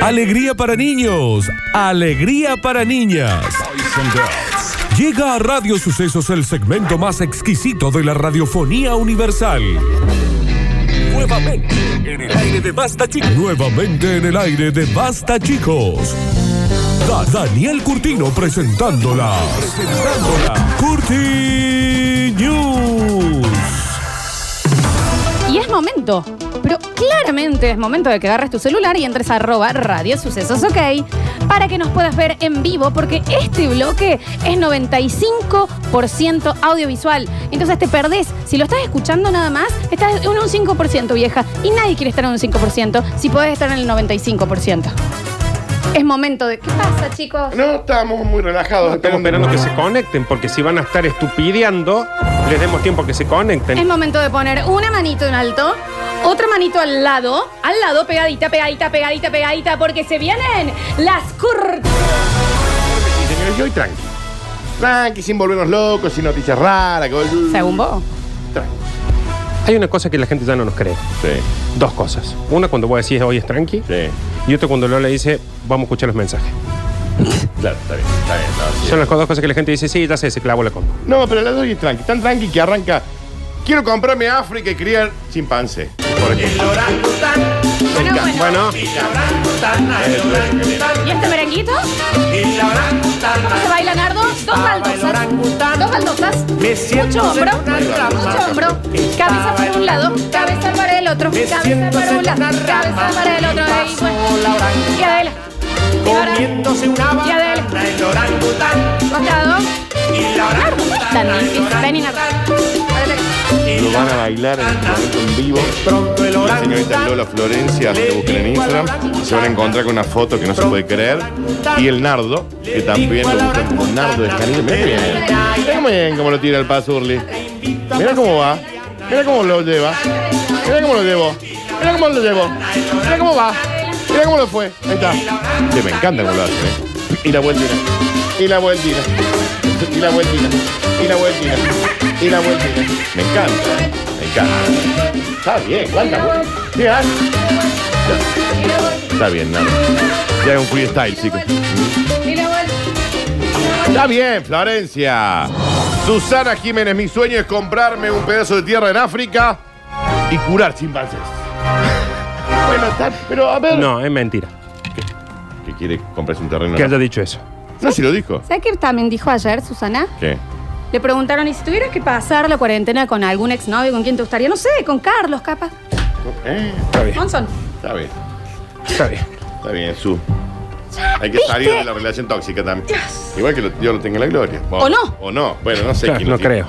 Alegría para niños, alegría para niñas. Llega a Radio Sucesos el segmento más exquisito de la radiofonía universal. Nuevamente en el aire de Basta Chicos. Nuevamente en el aire de Basta Chicos. Da- Daniel Curtino presentándola. Presentándola. Curti News. Y es momento, pero claramente es momento de que agarres tu celular y entres a arroba Radio Sucesos OK para que nos puedas ver en vivo, porque este bloque es 95% audiovisual. Entonces te perdés. Si lo estás escuchando nada más, estás en un 5%, vieja. Y nadie quiere estar en un 5%, si podés estar en el 95%. Es momento de... ¿Qué pasa, chicos? No, estamos muy relajados. Estamos esperando que se conecten, porque si van a estar estupideando, les demos tiempo que se Es conecten. momento de poner una manito en alto, otra manito al lado, al lado, pegadita, pegadita, pegadita, pegadita, porque se vienen las cur... Sí, señores, y hoy tranqui. Tranqui, sin volvernos locos, sin noticias raras. que- Según vos. Tranqui. Hay una cosa que la gente ya no nos cree. Sí, Dos cosas. Una cuando vos decís hoy es tranqui. sí. Y otra cuando Lola dice, vamos a escuchar los mensajes. Claro, está bien, está bien. está bien. Son las dos cosas que la gente dice, sí, ya sé, se clavó la compra. No, pero la doy es tranqui. Tan tranqui que arranca. Quiero comprarme África y criar chimpancé. Por ejemplo. Bueno, bueno. Bueno, ¿Y este merenguito? ¿Cómo se baila, Nardo? Dos baldosas. Dos baldosas. Mucho hombro. Mucho hombro. Cabeza para un lado, cabeza para el otro. Cabeza para un lado, cabeza para el otro. Ahí, bueno. Y Adela. Y ahora. Y Adela. Costado. Nardo, no es tan difícil. Vení, Nardo. Ahora te- Lo van a bailar en este momento en vivo. La señorita Lola Florencia, que busquen en Instagram, se van a encontrar con una foto que no se puede creer. Y el Nardo, que también lo buscan como Nardo de Escanilla. Mirá qué bien. Mirá cómo bien cómo lo tira el Pazurli. Mirá cómo va. Mirá cómo lo lleva. Mirá cómo lo llevo. Mirá cómo lo llevo. Mirá cómo va. Mirá cómo lo fue. Ahí está. Sí, me encanta cómo lo hace. ¿eh? Y la vueltina. Y la vueltina. Y la vueltina. Y la vueltina. Y la vueltina. Me encanta. ¿eh? Me encanta. Está bien. ¿Cuántas vueltas? ¿Qué hace? Está bien, Nardo. Ya es un freestyle, chicos. Y la vuelta. Está bien, Florencia. Susana Jiménez, mi sueño es comprarme un pedazo de tierra en África y curar chimpancés. bueno, está, pero a ver. no, es mentira Que quiere comprarse un terreno. que en haya dicho eso. África. No, si lo dijo. ¿Sabes qué también dijo ayer, Susana? ¿Qué? Le preguntaron, ¿y si tuvieras que pasar la cuarentena con algún exnovio, con quién te gustaría? No sé, con Carlos, capaz. Eh, Está bien, Monson. está bien. está bien. Está bien, Su. Hay que salir de la relación tóxica también. Igual que lo- yo lo tengo en la gloria. ¿O no? O no. Bueno, no sé Claro, quién lo no tiene. creo.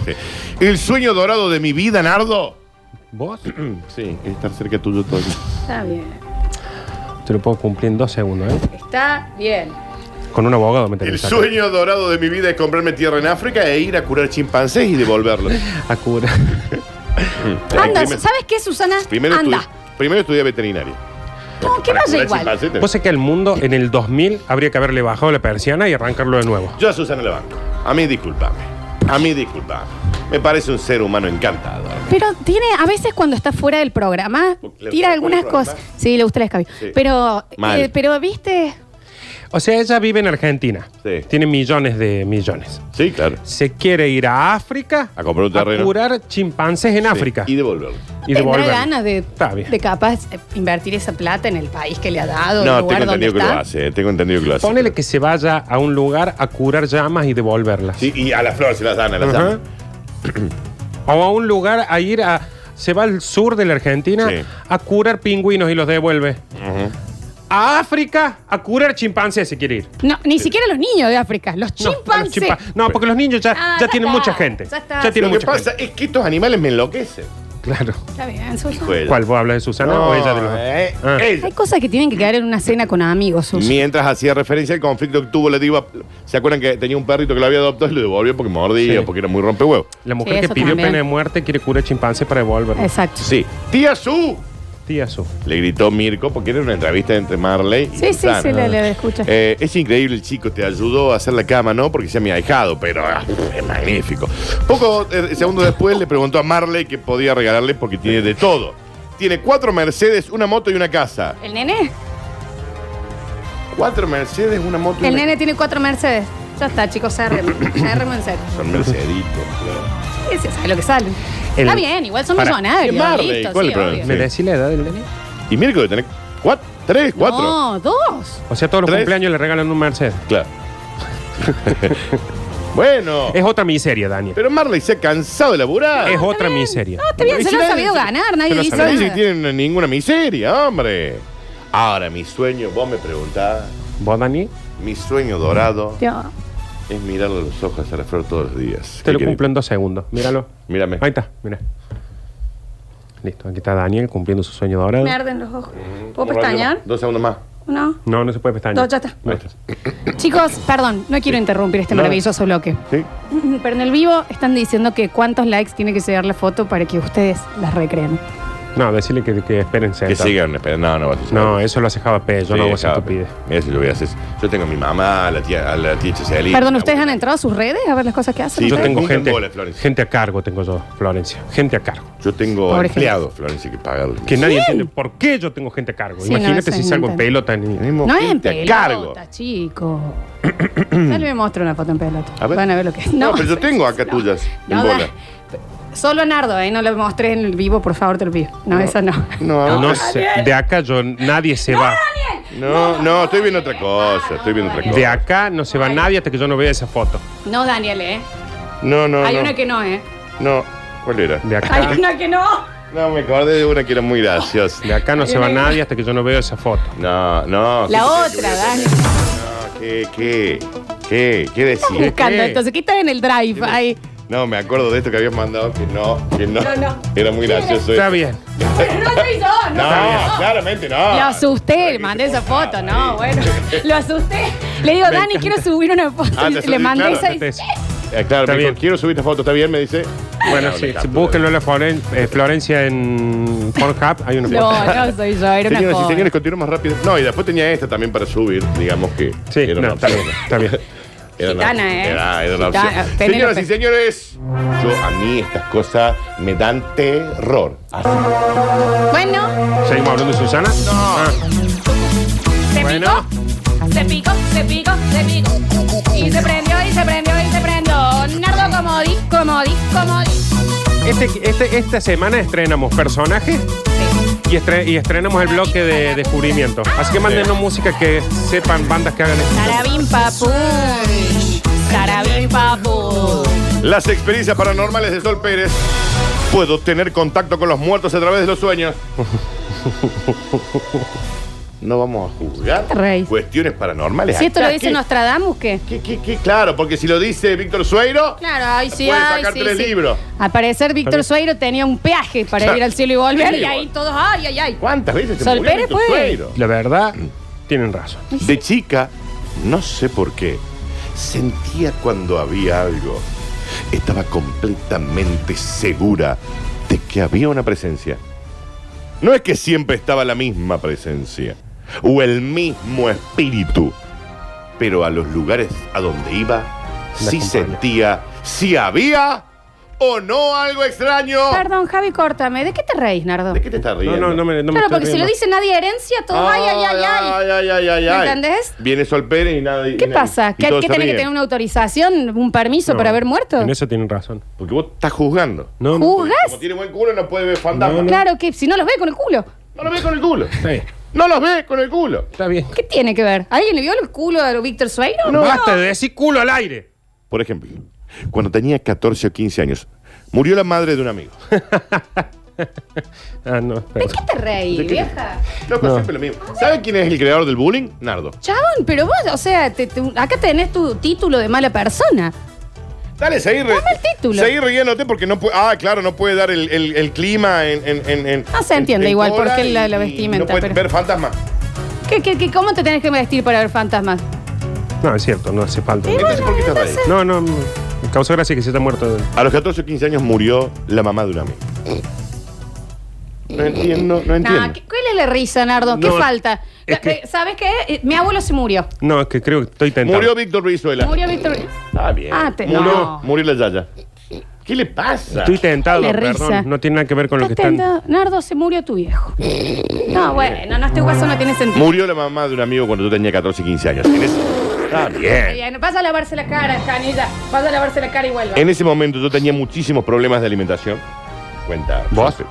Sí. El sueño dorado de mi vida, Nardo. ¿Vos? Sí, es estar cerca tuyo todo el día. Está bien. Te lo puedo cumplir en dos segundos, ¿eh? Está bien. Con un abogado me tenés El que sacar. sueño dorado de mi vida es comprarme tierra en África e ir a curar chimpancés y devolverlos. A cura. Anda, Primer- ¿sabes qué, Susana? primero, Anda. estudié, primero estudié veterinaria. No, que Para vaya curar igual. chimpancés te- Vos sabés que al mundo en el 2000 habría que haberle bajado la persiana y arrancarlo de nuevo. Yo a Susana la banco. A mí disculpame. A mí disculpame. Me parece un ser humano encantado. Pero tiene, a veces cuando está fuera del programa, Le gusta tira fuera algunas del programa. cosas. Sí, le gusta el escabio. Sí. Pero, Mal. eh, pero, viste, O sea, ella vive en Argentina. Sí. Tiene millones de millones. Sí, claro. Se quiere ir a África A comprar un terreno. curar chimpancés en África. Y devolverlo. y tendrá devolver. ganas de, Está bien. de capaz eh, invertir esa plata en el país que le ha dado, el No, lugar tengo donde entendido que está. lo hace. eh, Tengo entendido que lo hace. Ponele que se vaya a un lugar a curar llamas y devolverlas. Sí, y a las flores se las dan, a las Ajá. dan. O a un lugar a ir a. Se va al sur de la Argentina Sí. a curar pingüinos y los devuelve. A África a curar chimpancés si quiere ir. No, ni siquiera los niños de África, los No, a los chimpancés. chimpa- No, porque los niños ya, Ah, ya ya tienen está. mucha gente. Ya está. tienen Lo que mucha pasa gente. es que estos animales me enloquecen. Claro. Está bien, Susana. Pues, ¿Cuál? ¿Vos hablas de Susana No, o ella de los.? eh, Ah. ella. Hay cosas que tienen que quedar en una cena con amigos. Susi. Mientras hacía referencia al conflicto que tuvo la diva, ¿se acuerdan que tenía un perrito que lo había adoptado y lo devolvió porque mordía, Sí. porque era muy rompehuevo? La Sí, mujer que eso pidió también. pena de muerte quiere curar chimpancés para devolverlo. Exacto. Sí. ¡Tía Su! Tía Su. Le gritó Mirko porque era una entrevista entre Marley y Sí, sí, Susana. sí, le, le escucho. Eh, es increíble el chico, te ayudó a hacer la cama, ¿no? Porque sea mi ahijado, pero ah, es magnífico. Poco eh, segundo después le preguntó a Marley que podía regalarle porque tiene de todo. Tiene cuatro Mercedes, una moto y una casa. ¿El nene? Cuatro Mercedes, una moto y El una- nene tiene cuatro Mercedes. Ya está, chicos, cerremos. cerremos en serio. Son Merceditos, claro. Sí, se sabe lo que sale. El- Está bien, igual son Para. millonarios. ¿Qué Marley? listo, ¿Cuál sí, es el obvio. problema? ¿Me Sí. decís la edad del nene? Y mira que debe tener cuatro, tres, cuatro. No, dos. O sea, todos los Tres. cumpleaños le regalan un Mercedes. Claro. bueno. Es otra miseria, Daniel. Pero Marley se ha cansado de laburar. Es otra miseria. No, está bien, Y se si lo han nadie- sabido ganar, se nadie lo dice sabe. nada. Nadie se tiene ninguna miseria, hombre. Ahora, mi sueño, vos me preguntás, ¿Vos, Dani? mi sueño dorado Tío, es mirarle los ojos a la flor todos los días. Te ¿Qué lo querés? cumplo en dos segundos. Míralo. Mírame. Ahí está, mira. Listo, aquí está Daniel cumpliendo su sueño dorado. Me arden los ojos. ¿Puedo Un ratito pestañear? más, Dos segundos más. No. No, no se puede pestañear. No, ya está. Ahí está. Chicos, perdón, no quiero interrumpir este No. maravilloso bloque. ¿Sí? Pero en el vivo están diciendo que cuántos likes tiene que llegar la foto para que ustedes las recreen. No, decirle que, que esperen Que sentado. sigan, espera, no, no vas a hacer. No, eso lo hace Java P, yo Sí, no hago esa claro. estupidez. Mira si lo voy a hacer. Yo tengo a mi mamá, a la tía, a la tía Cheseli. Perdón, ¿ustedes han entrado a sus redes a ver las cosas que hacen? Sí, Yo ¿Ustedes? tengo nunca en gente, bola, Florencia. gente a cargo, tengo yo, Florencia. Gente a cargo. Yo tengo Pobre empleados, Florencia, que pagarles. Que nadie entiende por qué yo tengo gente a cargo. Sí, no, Imagínate eso si es salgo en mentira. pelota ni... Tenemos No es en gente a cargo. pelota, chico. Ya le muestro una foto en pelota. A ver. Van a ver lo que es. No, pero yo tengo acá no. tuyas, en No, da- bola. Solo a Nardo, ¿eh? No lo mostré en el vivo, por favor, te lo pido. No, esa no. No, no, No sé, de acá yo nadie se va. no, estoy viendo otra cosa, estoy viendo otra cosa. De acá no se va nadie hasta que yo no vea esa foto. No, Daniel, ¿eh? No, no, Hay no. una que no, ¿eh? No, ¿cuál era? De acá, Hay una que no. No, me acordé de una que era muy graciosa. de acá no se va nadie hasta que yo no veo esa foto. No, no. La ¿qué- otra, qué- Dani. qué- ¿Qué, qué, qué, qué decía? Buscando, ¿qué? entonces, ¿qué está en el drive? Ahí. No, me acuerdo de esto que habías mandado que no, que no. No, no. Era muy gracioso. Está esto. bien. No soy yo, no. No, soy yo. claramente no. Lo asusté, le mandé esa foto, no, bueno. Lo asusté. Le digo, Dani, quiero subir una foto. ¿eh? Ah, te le subí, mandé claro, esa te- y- Eh, claro, Está me dijo, bien. quiero subir esta foto, ¿está bien? Me dice. Bueno, No, sí, me sí, captura. búsquenlo en la Floren- eh, Florencia en Pornhub. Hay una No, foto. no soy yo, era una Señoras y joven. señores, continuamos rápido. No, y después tenía esta también para subir, digamos que. Sí, era una no, está opción. bien, está bien. Era una- Gitana, ¿eh? Era, era una Gitana, opción. Penélope. Señoras y señores, yo a mí estas cosas me dan terror. Así. Bueno, ¿Seguimos hablando de Susana? Ah, se Bueno. picó, se picó, se picó, se picó. Y se prendió, y se prendió, y se prendió. Nardo Comodi, Comodi, Comodi. este- este- esta semana estrenamos personajes Sí. y, estre- y estrenamos el bloque de descubrimiento. Así que mándenos música que sepan bandas que hagan esto. Sarabim papu, sarabim papu. Las experiencias paranormales de Sol Pérez. Puedo tener contacto con los muertos a través de los sueños. No vamos a juzgar te reís? cuestiones paranormales. Si esto Acá, lo dice ¿qué? Nostradamus, ¿qué? ¿Qué, qué, qué? Claro, porque si lo dice Víctor Sueiro, Claro, ay, sí, Puede ay, sacar sí, tres sí. libros. Al parecer, Víctor Sueiro tenía un peaje para ir al cielo y volver, Sí, y ahí bueno. todos, ay, ay, ay. ¿cuántas veces se Sol murió Pérez Víctor puede. Sueiro? La verdad, Mm. tienen razón. De chica, no sé por qué, sentía cuando había algo. Estaba completamente segura de que había una presencia. No es que siempre estaba la misma presencia o el mismo espíritu, pero a los lugares a donde iba, sí acompaña. sentía si había o no algo extraño. Perdón, Javi, córtame. ¿De qué te reís, Nardo? ¿De qué te estás No, riendo? no, no me, no me Claro, estoy porque si lo riendo. dice nadie herencia, todo ay, ay, ay, ay. ay, ay, ay, ¿Me ay. entendés? Viene Sol Pérez y nada. y- ¿Qué y- pasa? y ¿Qué, todos qué se tiene que ríen. tener una autorización, un permiso No, para haber muerto? En eso tienen razón. Porque vos estás juzgando. No, no, Como ¿Juzgas? tiene buen culo no puede ver fantasma. No, Claro que si no los ve con el culo. los ve con el culo. está bien. No los ve con el culo. Está bien. ¿Qué tiene que ver? ¿Alguien le vio el culo a Víctor Sueiro? Basta de decir culo al aire. Por ejemplo, cuando tenía 14 o 15 años, murió la madre de un amigo. Ah, no, ¿De espera. qué te reís, vieja? Loco, siempre lo mismo. ¿Saben quién es el creador del bullying? Nardo. Chabón, pero vos, o sea, te- te- acá tenés tu título de mala persona. Dale, seguí re Dame el título. Seguí riéndote porque no puede. Ah, claro, no puede dar el, el- el clima en, en, en, en- Ah, se en- entiende en igual cola por qué la- y- la y vestimenta, No puede pero- ver fantasmas. ¿Qué, qué, qué, ¿Cómo te tenés que vestir para ver fantasmas? No, es cierto, no hace falta. Entonces, ¿por qué te reís? No, no, no. me causó gracia que se está muerto. A los 14 o 15 años murió la mamá de un amigo. No entiendo, no entiendo. Nah, ¿qué- ¿Cuál es la risa, Nardo? ¿Qué No, falta? es que- Eh, ¿Sabes qué? Eh, Mi abuelo se murió. No, es que creo que estoy tentado. Murió Víctor Brizuela. Murió Víctor. Está bien. Ah, te- murió, no. murió la Yaya. ¿Qué le pasa? Estoy tentado, Dale risa. perdón. No tiene nada que ver con lo que Estás están. tentado. Nardo, se murió tu viejo. No, bueno, no, este hueso no tiene sentido. Murió la mamá de un amigo cuando yo tenía 14 y 15 años. En ese- Está bien. Bien, Vas a lavarse la cara, Canilla. Vas a lavarse la cara y vuelve. En ese momento yo tenía muchísimos problemas de alimentación. Cuenta. ¿Vos? Ah.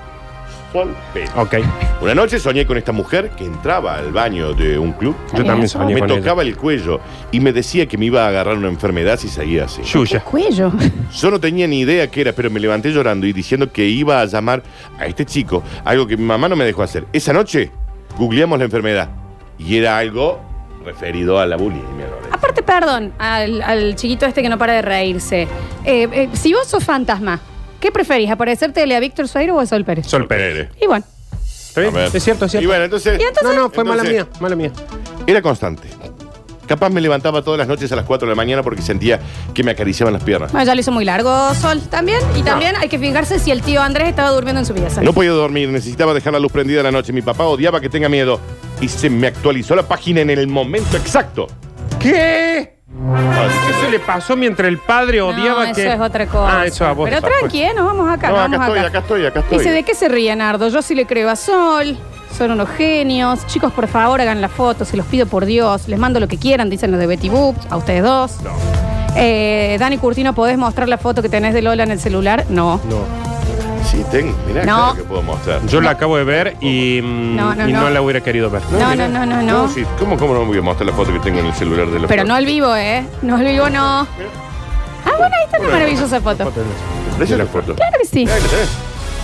Sol, pe- Ok. Una noche soñé con esta mujer que entraba al baño de un club. Yo también soñé Me con ella. tocaba el cuello y me decía que me iba a agarrar una enfermedad si seguía así. Yuya. Cuello. Yo no tenía ni idea qué era, pero me levanté llorando y diciendo que iba a llamar a este chico, algo que mi mamá no me dejó hacer. Esa noche googleamos la enfermedad y era algo referido a la bulimia. Lorenzo. Aparte, perdón, al, al chiquito este que no para de reírse. Eh, eh, si vos sos fantasma, ¿qué preferís? ¿Aparecerte a Víctor Suárez o a Sol Pérez? Sol Pérez. Y bueno, ¿Está eh, A ver. bien? Es cierto, Y es cierto. bueno, entonces, Y entonces- No, no, fue mala Entonces- mía, mala mía. era constante. Capaz me levantaba todas las noches a las 4 de la mañana porque sentía que me acariciaban las piernas. bueno, ah, ya lo hizo muy largo Sol también. Y también hay que fijarse si el tío Andrés estaba durmiendo en su pieza. No podía dormir, necesitaba dejar la luz prendida a la noche. Mi papá odiaba que tenga miedo y se me actualizó la página en el momento exacto. ¿Qué? Eso le pasó mientras el padre No, odiaba eso que. es otra cosa. Ah, eso a vos. Pero te pasó. tranqui, eh, nos vamos acá. No, nos acá vamos estoy, acá estoy, acá estoy. Dice, ¿de qué se ríe, Nardo? Yo sí le creo a Sol. Son unos genios. Chicos, por favor, hagan la foto. Se los pido por Dios. Les mando lo que quieran, dicen los de Betty Boop. A ustedes dos. Eh, Dani Curtino, ¿podés mostrar la foto que tenés de Lola en el celular? No. No. Sí, tengo. Mirá, No. claro que puedo mostrar. Yo la acabo de ver y, mm, No, no, y no. no la hubiera querido ver. No, no, no, no, no. sí, ¿cómo, ¿Cómo no me voy a mostrar la foto que tengo en el celular de la Pero no flor? al vivo, ¿eh? No al vivo, no. Ah, bueno, ahí está una maravillosa foto. Claro Esa es la foto. que sí. Mirá, ¿la sabés?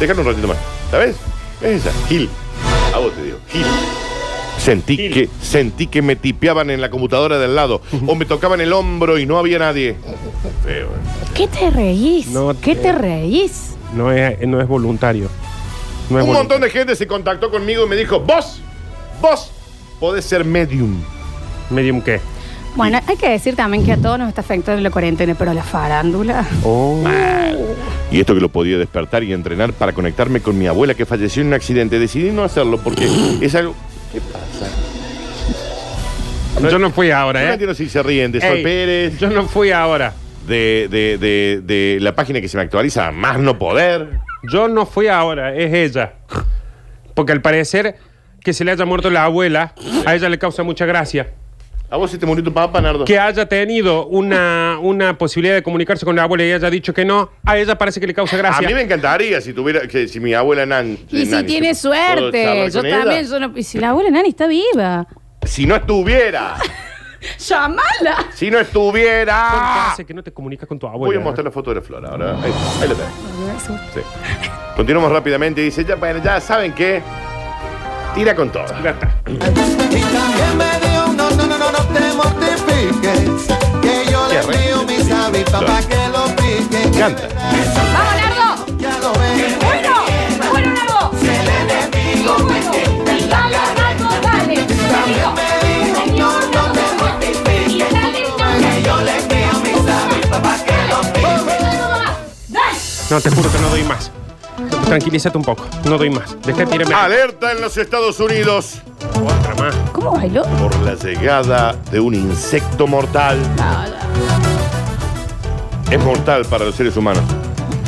Déjalo un ratito más. ¿Sabes? Es esa. Gil. A vos te digo. Gil. Sentí que, sentí que me tipeaban en la computadora de al lado o me tocaban el hombro y no había nadie. Feo. ¿eh? ¿Qué te reís? No ¿Qué te- te reís? No es, no es voluntario. No es Un montón voluntario. de gente se contactó conmigo y me dijo, vos, vos podés ser medium. ¿Medium qué? Bueno, hay que decir también que a todos nos está afectando la cuarentena, pero la farándula. Oh. Y esto que lo podía despertar y entrenar para conectarme con mi abuela que falleció en un accidente. Decidí no hacerlo porque es algo... ¿Qué pasa? Yo no fui Yo ahora, no ¿eh? entiendo si se ríen de Sol Ey, Pérez, Yo no fui ahora. de, de, de, de la página que se me actualiza, a más no poder. Yo no fui ahora, es ella. Porque al parecer que se le haya muerto la abuela, a ella le causa mucha gracia. ¿A vos se te murió tu papá, Nardo? Que haya tenido una, una posibilidad de comunicarse con la abuela y haya dicho que no, a ella parece que le A causa mí gracia. me encantaría si tuviera, que si mi abuela Nan. Y si Nani, tiene ¿puedo charlar suerte, con yo ella? también. Yo no- y si la abuela Nani está viva, Si no estuviera, llamala. si no ¿Qué estuviera. hace que no te comunicas con tu Voy abuela? a mostrar la foto de la flor ahora. Ahí, ahí la tenés. Sí. Continuamos rápidamente. Dice, ya, bueno, ya saben qué. Tira con todo. Ya está. Y también me dijo, no, no, no, no, no te mortifiques, que yo le Qué re- envío mis hábitos para que lo piquen. Canta. ¡Vamos, Largo! Ya lo ven. ¡Bueno! ¡Bueno, Largo! ¡Bueno! ¡Vamos, Largo, dale! ¡Digo! Señor, no te Y mortifiques, dale, que no, yo le envío mis hábitos para que lo piquen. ¡Dale! No, te juro que no doy más. Tranquilízate un poco, no doy más. Deja de tirarme Ah. Alerta en los Estados Unidos otra más. ¿Cómo bailó? por la llegada de un insecto mortal. Es mortal para los seres humanos.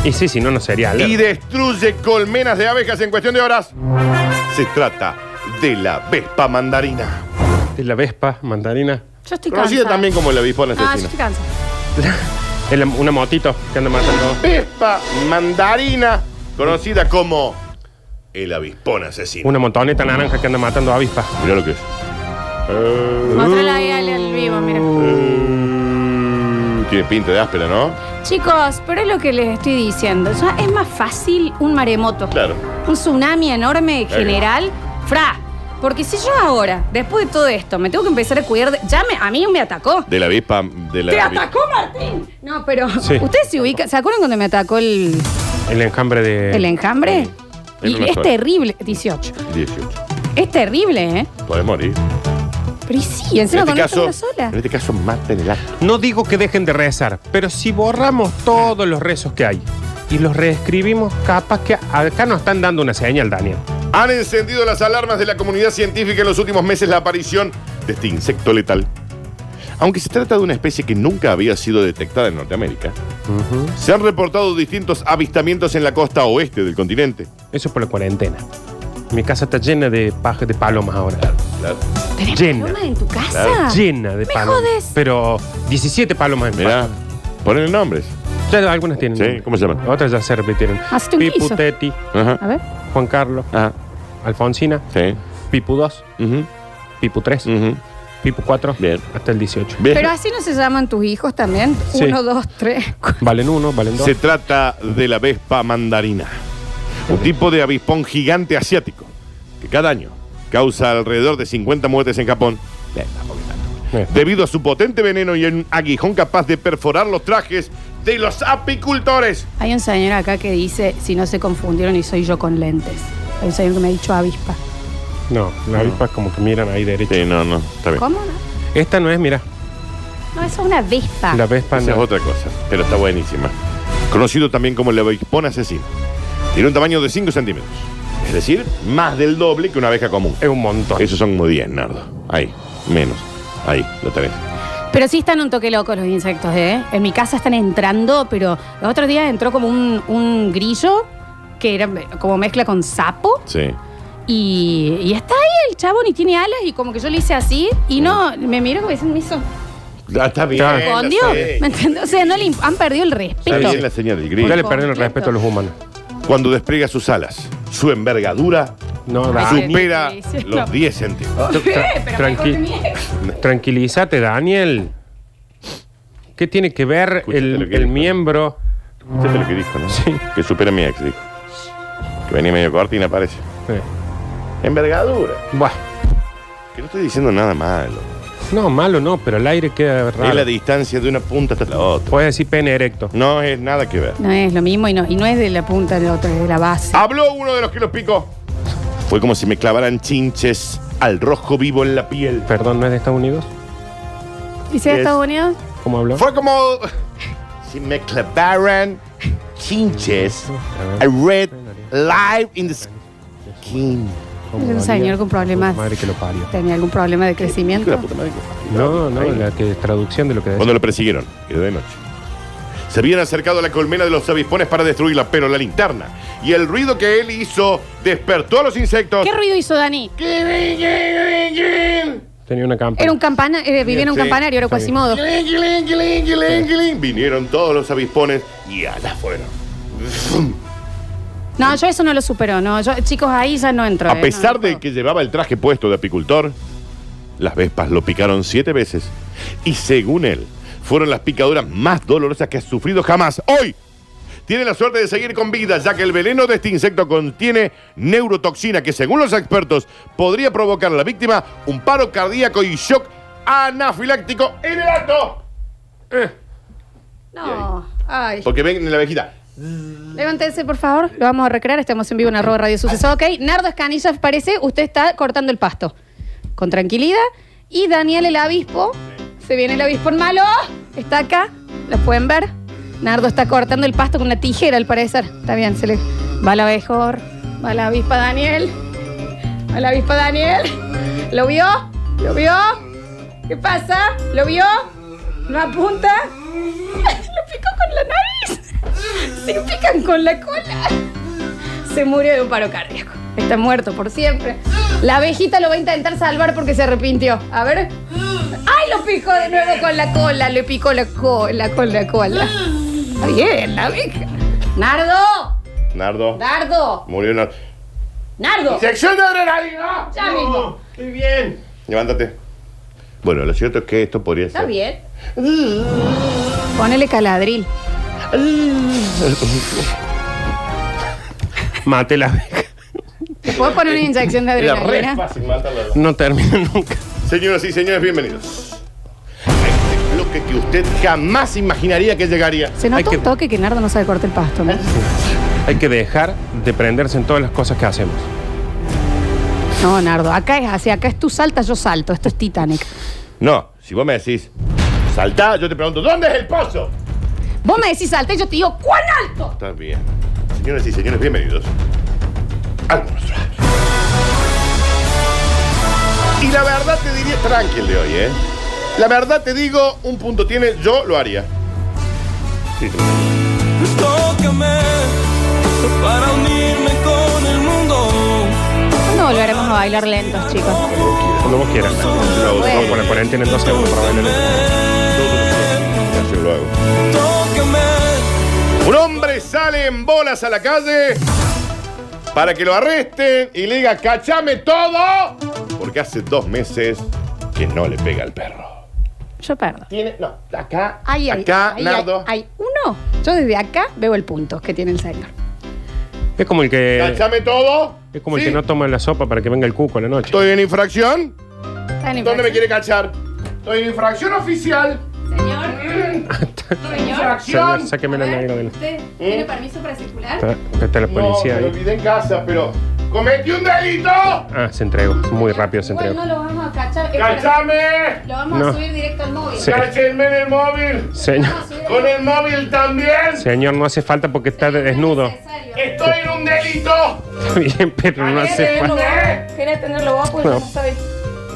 Y sí, si no, no sería Y alerta. destruye colmenas de abejas en cuestión de horas. Se trata de la vespa mandarina. De la vespa, mandarina. Yo estoy Conocida cansada. también como la avispón Ah, yo asesina. estoy cansada. El- una motito que anda matando. Vespa mandarina, conocida como el avispón asesino. Una montoneta naranja que anda matando avispas. Mirá lo que es. Uh. Mostrala ahí al, al vivo, mira. Eh, Tiene pinta de áspera, ¿no? Chicos, pero es lo que les estoy diciendo. Ya es más fácil un maremoto. Claro. Un tsunami enorme Claro. general. Fra. Porque si yo ahora, después de todo esto, me tengo que empezar a cuidar. de- ya me- a mí me atacó. De la avispa. De la ¡Te avi- atacó, Martín! No, pero. Sí. Ustedes se ubican. ¿Se acuerdan cuando me atacó el, El enjambre de. el enjambre? Es Y una es sola. terrible. 18. 18. Es terrible, ¿eh? Podés morir. Pero y sí, En encima este, con esto caso, una sola. en este caso, mata en el acto. No digo que dejen de rezar, pero si borramos todos los rezos que hay y los reescribimos, capaz que acá nos están dando una señal, Daniel. Han encendido las alarmas de la comunidad científica en los últimos meses la aparición de este insecto letal. Aunque se trata de una especie que nunca había sido detectada en Norteamérica, se han reportado distintos avistamientos en la costa oeste del continente. Eso es por la cuarentena. Mi casa está llena de, paja, de palomas ahora. Claro. ¿Tenés Llena. paloma en tu casa? Claro. Llena de Ah. Me palomas. jodes. Pero 17 palomas en Mirá, palo. ponen nombres. Ya algunas tienen. Sí, nombre. ¿cómo se llaman? Otras ya se repitieron. Hazte un Pipu guiso. Teti, A Ajá. ver. Juan Carlos, Ajá. Alfonsina, Sí. Pipu 2, Ujú, Pipu 3, ujú. Pipu 4, Mm. Bien. hasta el 18. Bien. Pero así no se llaman tus hijos también. Sí. Uno, dos, tres, cuatro. Valen 1, valen 2. Se trata de la Vespa mandarina, un tipo de avispón gigante asiático que cada año causa alrededor de 50 muertes en Japón. Eh, tampoco es tanto. Eh. Debido a su potente veneno y un aguijón capaz de perforar los trajes de los apicultores. Hay un señor acá que dice, si no se confundieron y soy yo con lentes. Hay un señor que me ha dicho avispa. No, las avispas como que miran ahí derecho. Sí, no, no, está bien. ¿Cómo? no? Esta no es, mira, No, eso es una vespa. la Vespa Esa es no. otra cosa, pero está buenísima. Conocido también como el avispón asesino. Tiene un tamaño de 5 centímetros, es decir, más del doble que una abeja común. Es un montón. Esos son como 10, Nardo. Ahí, menos. Ahí, lo tenés. Pero sí están un toque locos los insectos, ¿eh? En mi casa están entrando, pero los otros días entró como un, un grillo que era como mezcla con sapo Sí. y, y está ahí el chabón y tiene alas y como que yo le hice así y no, me miró como diciendo, me hizo, Ah, está bien. Claro. la escondió. señal. ¿Me entiendes? O sea, no le imp- han perdido el Está respeto. bien la señal del Ya grillo. le perdieron el completo. respeto a los humanos. Cuando despliega sus alas, su envergadura No, Ay, Dani. supera sí, sí, no. los 10 centímetros. Sí, pero Tranqui- mejor que mi ex. Tranquilízate, Daniel. ¿Qué tiene que ver Escúchate lo el, que el dijo. miembro? Escuchaste lo que dijo, ¿no? Sí. Que supera a mi ex, dijo. Que venía medio corta y no aparece. Eh, Envergadura. Buah. Que no estoy diciendo nada malo. No, malo no, pero el aire queda Es la raro. distancia de una punta hasta la otra. Puedes decir pene erecto. No es nada que ver. No es lo mismo y no, y no es de la punta del otro, es de la base. Habló uno de los que los picó. Fue como si me clavaran chinches al rojo vivo en la piel. Perdón, ¿no es de Estados Unidos? ¿Y si es de es- Estados Unidos? ¿Cómo habló? Fue como si me clavaran chinches. I read live in the skin. ¿Cómo Es un haría? señor con problemas. Madre que lo parió. ¿Tenía algún problema de crecimiento? No, no, la que, traducción de lo que Cuando decía. lo persiguieron, era de noche. Se habían acercado a la colmena de los avispones para destruirla, pero la linterna y el ruido que él hizo despertó a los insectos. ¿Qué ruido hizo Dani? Kirin, kirin, kirin. Tenía una campana. Era un campana, eh, vivía en un Sí, campanario, era está bien. Quasimodo. Kirin, kirin, kirin, kirin, kirin. Vinieron todos los avispones y allá fueron. No, yo eso no lo supero, no. Yo, chicos, ahí ya no entro. eh, A no, pesar no de puedo. que llevaba el traje puesto de apicultor, las vespas lo picaron siete veces. Y según él, fueron las picaduras más dolorosas que ha sufrido jamás. Hoy tiene la suerte de seguir con vida, ya que el veneno de este insecto contiene neurotoxina que, según los expertos, podría provocar a la víctima un paro cardíaco y shock anafiláctico en el acto. No, ay. Porque ven en la abejita. Levántense, por favor. Lo vamos a recrear. Estamos en vivo en arroba radio suceso. Ok, Nardo Escanilla parece, usted está cortando el pasto. Con tranquilidad. Y Daniel el obispo. Se viene el obispo malo. Está acá. ¿Lo pueden ver? Nardo está cortando el pasto con una tijera, al parecer. Está bien, se le. Va la abejor. Va la avispa Daniel. Va la avispa Daniel. ¿Lo vio? ¿Lo vio? ¿Qué pasa? ¿Lo vio? ¿No apunta? Lo picó con la nariz. Se pican con la cola. Se murió de un paro cardíaco. Está muerto por siempre. La abejita lo va a intentar salvar porque se arrepintió. A ver. ¡Ay, lo picó de nuevo con la cola! Le picó la cola, con la cola. Está bien, la abeja. ¡Nardo! Nardo. ¡Nardo! Murió Nardo. ¡Nardo! ¡Sección de adrenalina! Ya mismo. Estoy bien. Levántate. Bueno, lo cierto es que esto podría ser. ¿Está bien? Ponele caladril. Mate la abeja. ¿Te puedo poner una inyección de Era re adrenalina? fácil matarla. No termina nunca. Señoras y señores, bienvenidos. A este bloque que usted jamás imaginaría que llegaría. Se Hay nota que- un toque que Nardo no sabe cortar el pasto, ¿no? Hay que dejar de prenderse en todas las cosas que hacemos. No, Nardo, acá es así, acá es tú saltas, yo salto. Esto es Titanic. No, si vos me decís, saltá, yo te pregunto, ¿dónde es el pozo? Vos me decís salte, yo te digo, ¿cuán alto? Está bien. Señoras y señores, bienvenidos. al monstruo. Y la verdad te diría tranqui el de hoy, ¿eh? La verdad te digo, un punto tiene, yo lo haría. Sí, Tócame para unirme con el mundo. ¿Cuándo volveremos a bailar lentos, chicos? Cuando vos quieras. lo hago, Vamos con la cuarentena en dos segundos para bailar. yo lo hago. Tócame Un hombre sale en bolas a la calle para que lo arresten y le diga, cachame todo, porque hace dos meses que no le pega al perro. Yo perdo. Tiene, no, acá, Ahí, ahí, acá, ahí, Nardo, Hay, hay uno. Yo desde acá veo el punto que tiene el señor. Es como el que. cachame todo. Eh, Es como el Sí, que no toma la sopa para que venga el cuco a la noche. Estoy en infracción. Está en ¿Dónde me infracción. quiere cachar? Estoy en infracción oficial. Ah, Señor, Señor, Infracción. sáqueme la negra de la. ¿Usted tiene permiso para circular? Está, está la policía no, me lo ahí. olvidé en casa, pero cometí un delito. Ah, se entregó. Muy rápido se Igual entregó. no lo vamos a cachar. es ¡Cachame! para- Lo vamos No. a subir directo al móvil. Sí. ¡Cáchenme en el móvil! Señor, ¡Con el móvil también! señor, no hace falta porque está desnudo. ¡Estoy en un delito! Está bien, pero no ¿Querés hace tenerlo falta. vos? ¿Querés tenerlo vos? Pues No. yo no soy.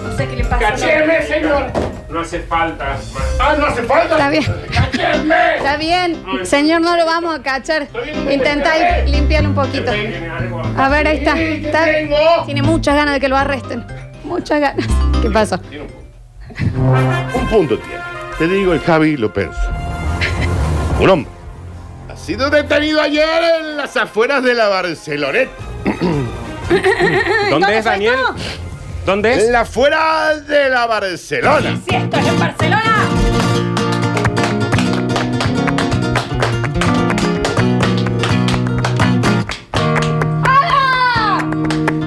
No sé qué le pasa. ¡Cachenme, señor! No hace falta. ¡Ah, no hace falta! Está bien. ¡Cachenme! Está Ah, bien, señor, no lo vamos a cachar. Intentáis limpiarlo un poquito. A ver, ahí está. Sí, ¿qué Está- tengo? Tiene muchas ganas de que lo arresten. Muchas ganas. ¿Qué pasó? Tiene un punto. Un punto tiene. Te digo, el Javi lo pensó. Un hombre. Ha sido detenido ayer en las afueras de la Barceloneta. ¿Dónde es, fue Daniel? esto? ¿Dónde es? En la afuera de la Barcelona. Si esto es en Barcelona. ¡Hola!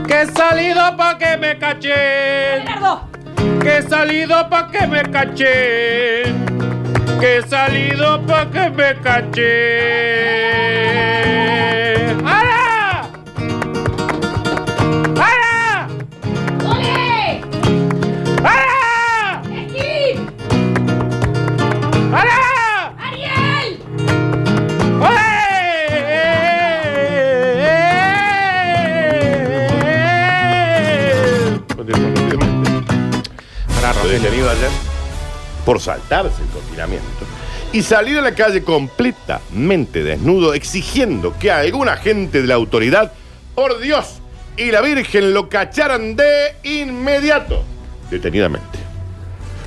Que he salido pa' que me caché. Gerardo, Que he salido pa' que me caché. Que he salido pa' que me caché. ¡Ara! ¡Ara! ¡Ole! ¡Ara! ¡Esquí! ¡Ara! ¡Ariel! Lo detenido Pará, Rogelio. ayer por saltarse el confinamiento y salir a la calle completamente desnudo exigiendo que algún agente de la autoridad, por Dios y la Virgen, lo cacharan de inmediato. Detenidamente.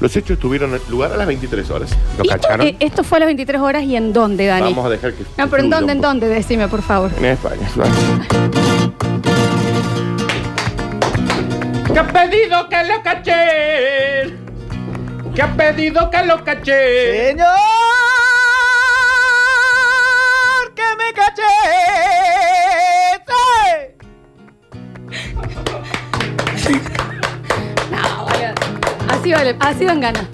Los hechos tuvieron lugar a las 23 horas. ¿Lo ¿Y esto, cacharon? eh, esto fue a las 23 horas y en dónde, Dani? Vamos a dejar que... No, pero ¿en dónde, en dónde? Decime, por favor. En España. Que ha pedido que lo caché. Que ha pedido que lo caché. Señor, que me caché. ¡Sí! No, boludo. Ah, Así vale, así dan ganas.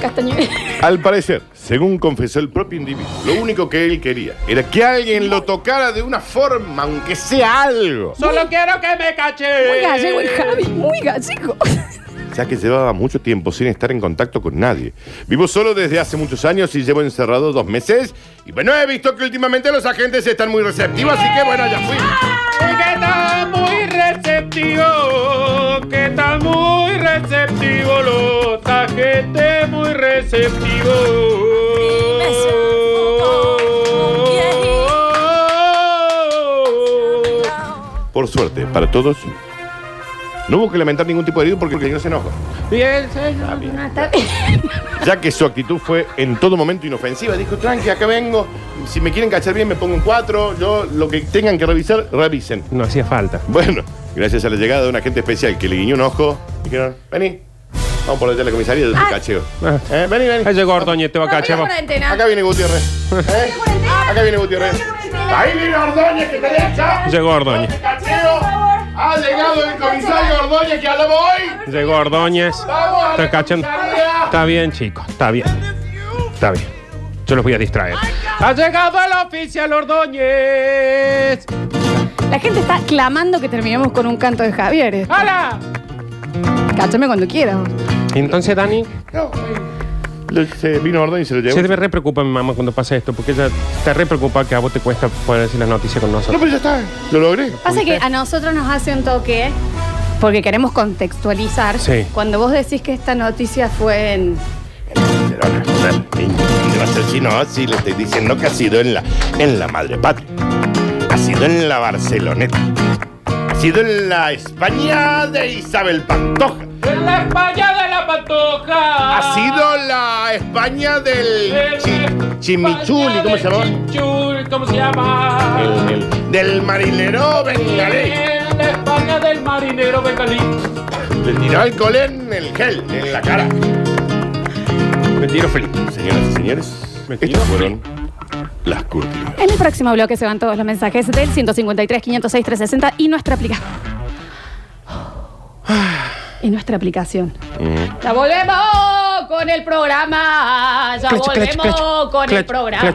Castañuela. Al parecer, según confesó el propio individuo, lo único que él quería era que alguien lo tocara de una forma, aunque sea algo. Solo quiero que me caché. Muy gallego el Javi, muy gallego. ya que llevaba mucho tiempo sin estar en contacto con nadie. Vivo solo desde hace muchos años y llevo encerrado dos meses. Y bueno, he visto que últimamente los agentes están muy receptivos, así que bueno, ya fui. Que está muy receptivo. Que está muy receptivo. Los gente muy receptivo. Por suerte, para todos, no hubo que lamentar ningún tipo de herido porque el no se enoja. Bien, señor. No, está bien. Ya que su actitud fue en todo momento inofensiva, dijo, tranqui, acá vengo, si me quieren cachar bien me pongo un cuatro, yo lo que tengan que revisar, revisen. No hacía falta. Bueno, gracias a la llegada de un agente especial que le guiñó un ojo, dijeron, vení, vamos por allá a la comisaría de tu Ah. cacheo. Ah. Eh, vení, vení. Ahí llegó Ordoñez, te va a Rompió cachar. la va. cuarentena. Acá viene Gutiérrez. ¿Eh? Acá viene Gutiérrez. Ahí viene Ordóñez que te deja. Llegó Ordóñez. Cachero. Ha llegado el comisario Ordóñez que hablamos hoy. Llegó Ordóñez. Vamos a Está la cachando. comisaría. Está bien, chicos. Está bien. Está bien. Yo los voy a distraer. Ha llegado el oficial Ordóñez. La gente está clamando que terminemos con un canto de Javier. ¡Hala! Cáchame cuando quieras. Y entonces, Dani, Lo- eh, Se vino Ordóñez y se lo se llevó. debe re preocupa mi mamá cuando pasa esto, porque ella está re preocupada que a vos te cuesta poder decir las noticias con No, nosotros. pero ya está. Lo logré. Pasa que a nosotros nos hace un toque Porque queremos contextualizar. Sí. Cuando vos decís que esta noticia fue en. Pero no, no, no va a ser chino, sí, le estoy diciendo que ha sido en la, en la madre patria. Ha sido en la Barceloneta. Ha sido en la España de Isabel Pantoja. En la espalda de la patoja. Ha sido la España del chi- chimichuli, ¿cómo se llama? Chimichuli, ¿cómo se llama? Del marinero bengalés. En la España del marinero bengalí. Le tiró alcohol en el gel, en la cara. Me tiro feliz. Señoras y señores, Me tiró estas fueron las curtidas. En el próximo bloque se van todos los mensajes del 153, 506, 360 y nuestra aplicación. Y nuestra aplicación. Ya volvemos con el programa. Ya Clach, clach, volvemos clach, con el clach, programa. clach.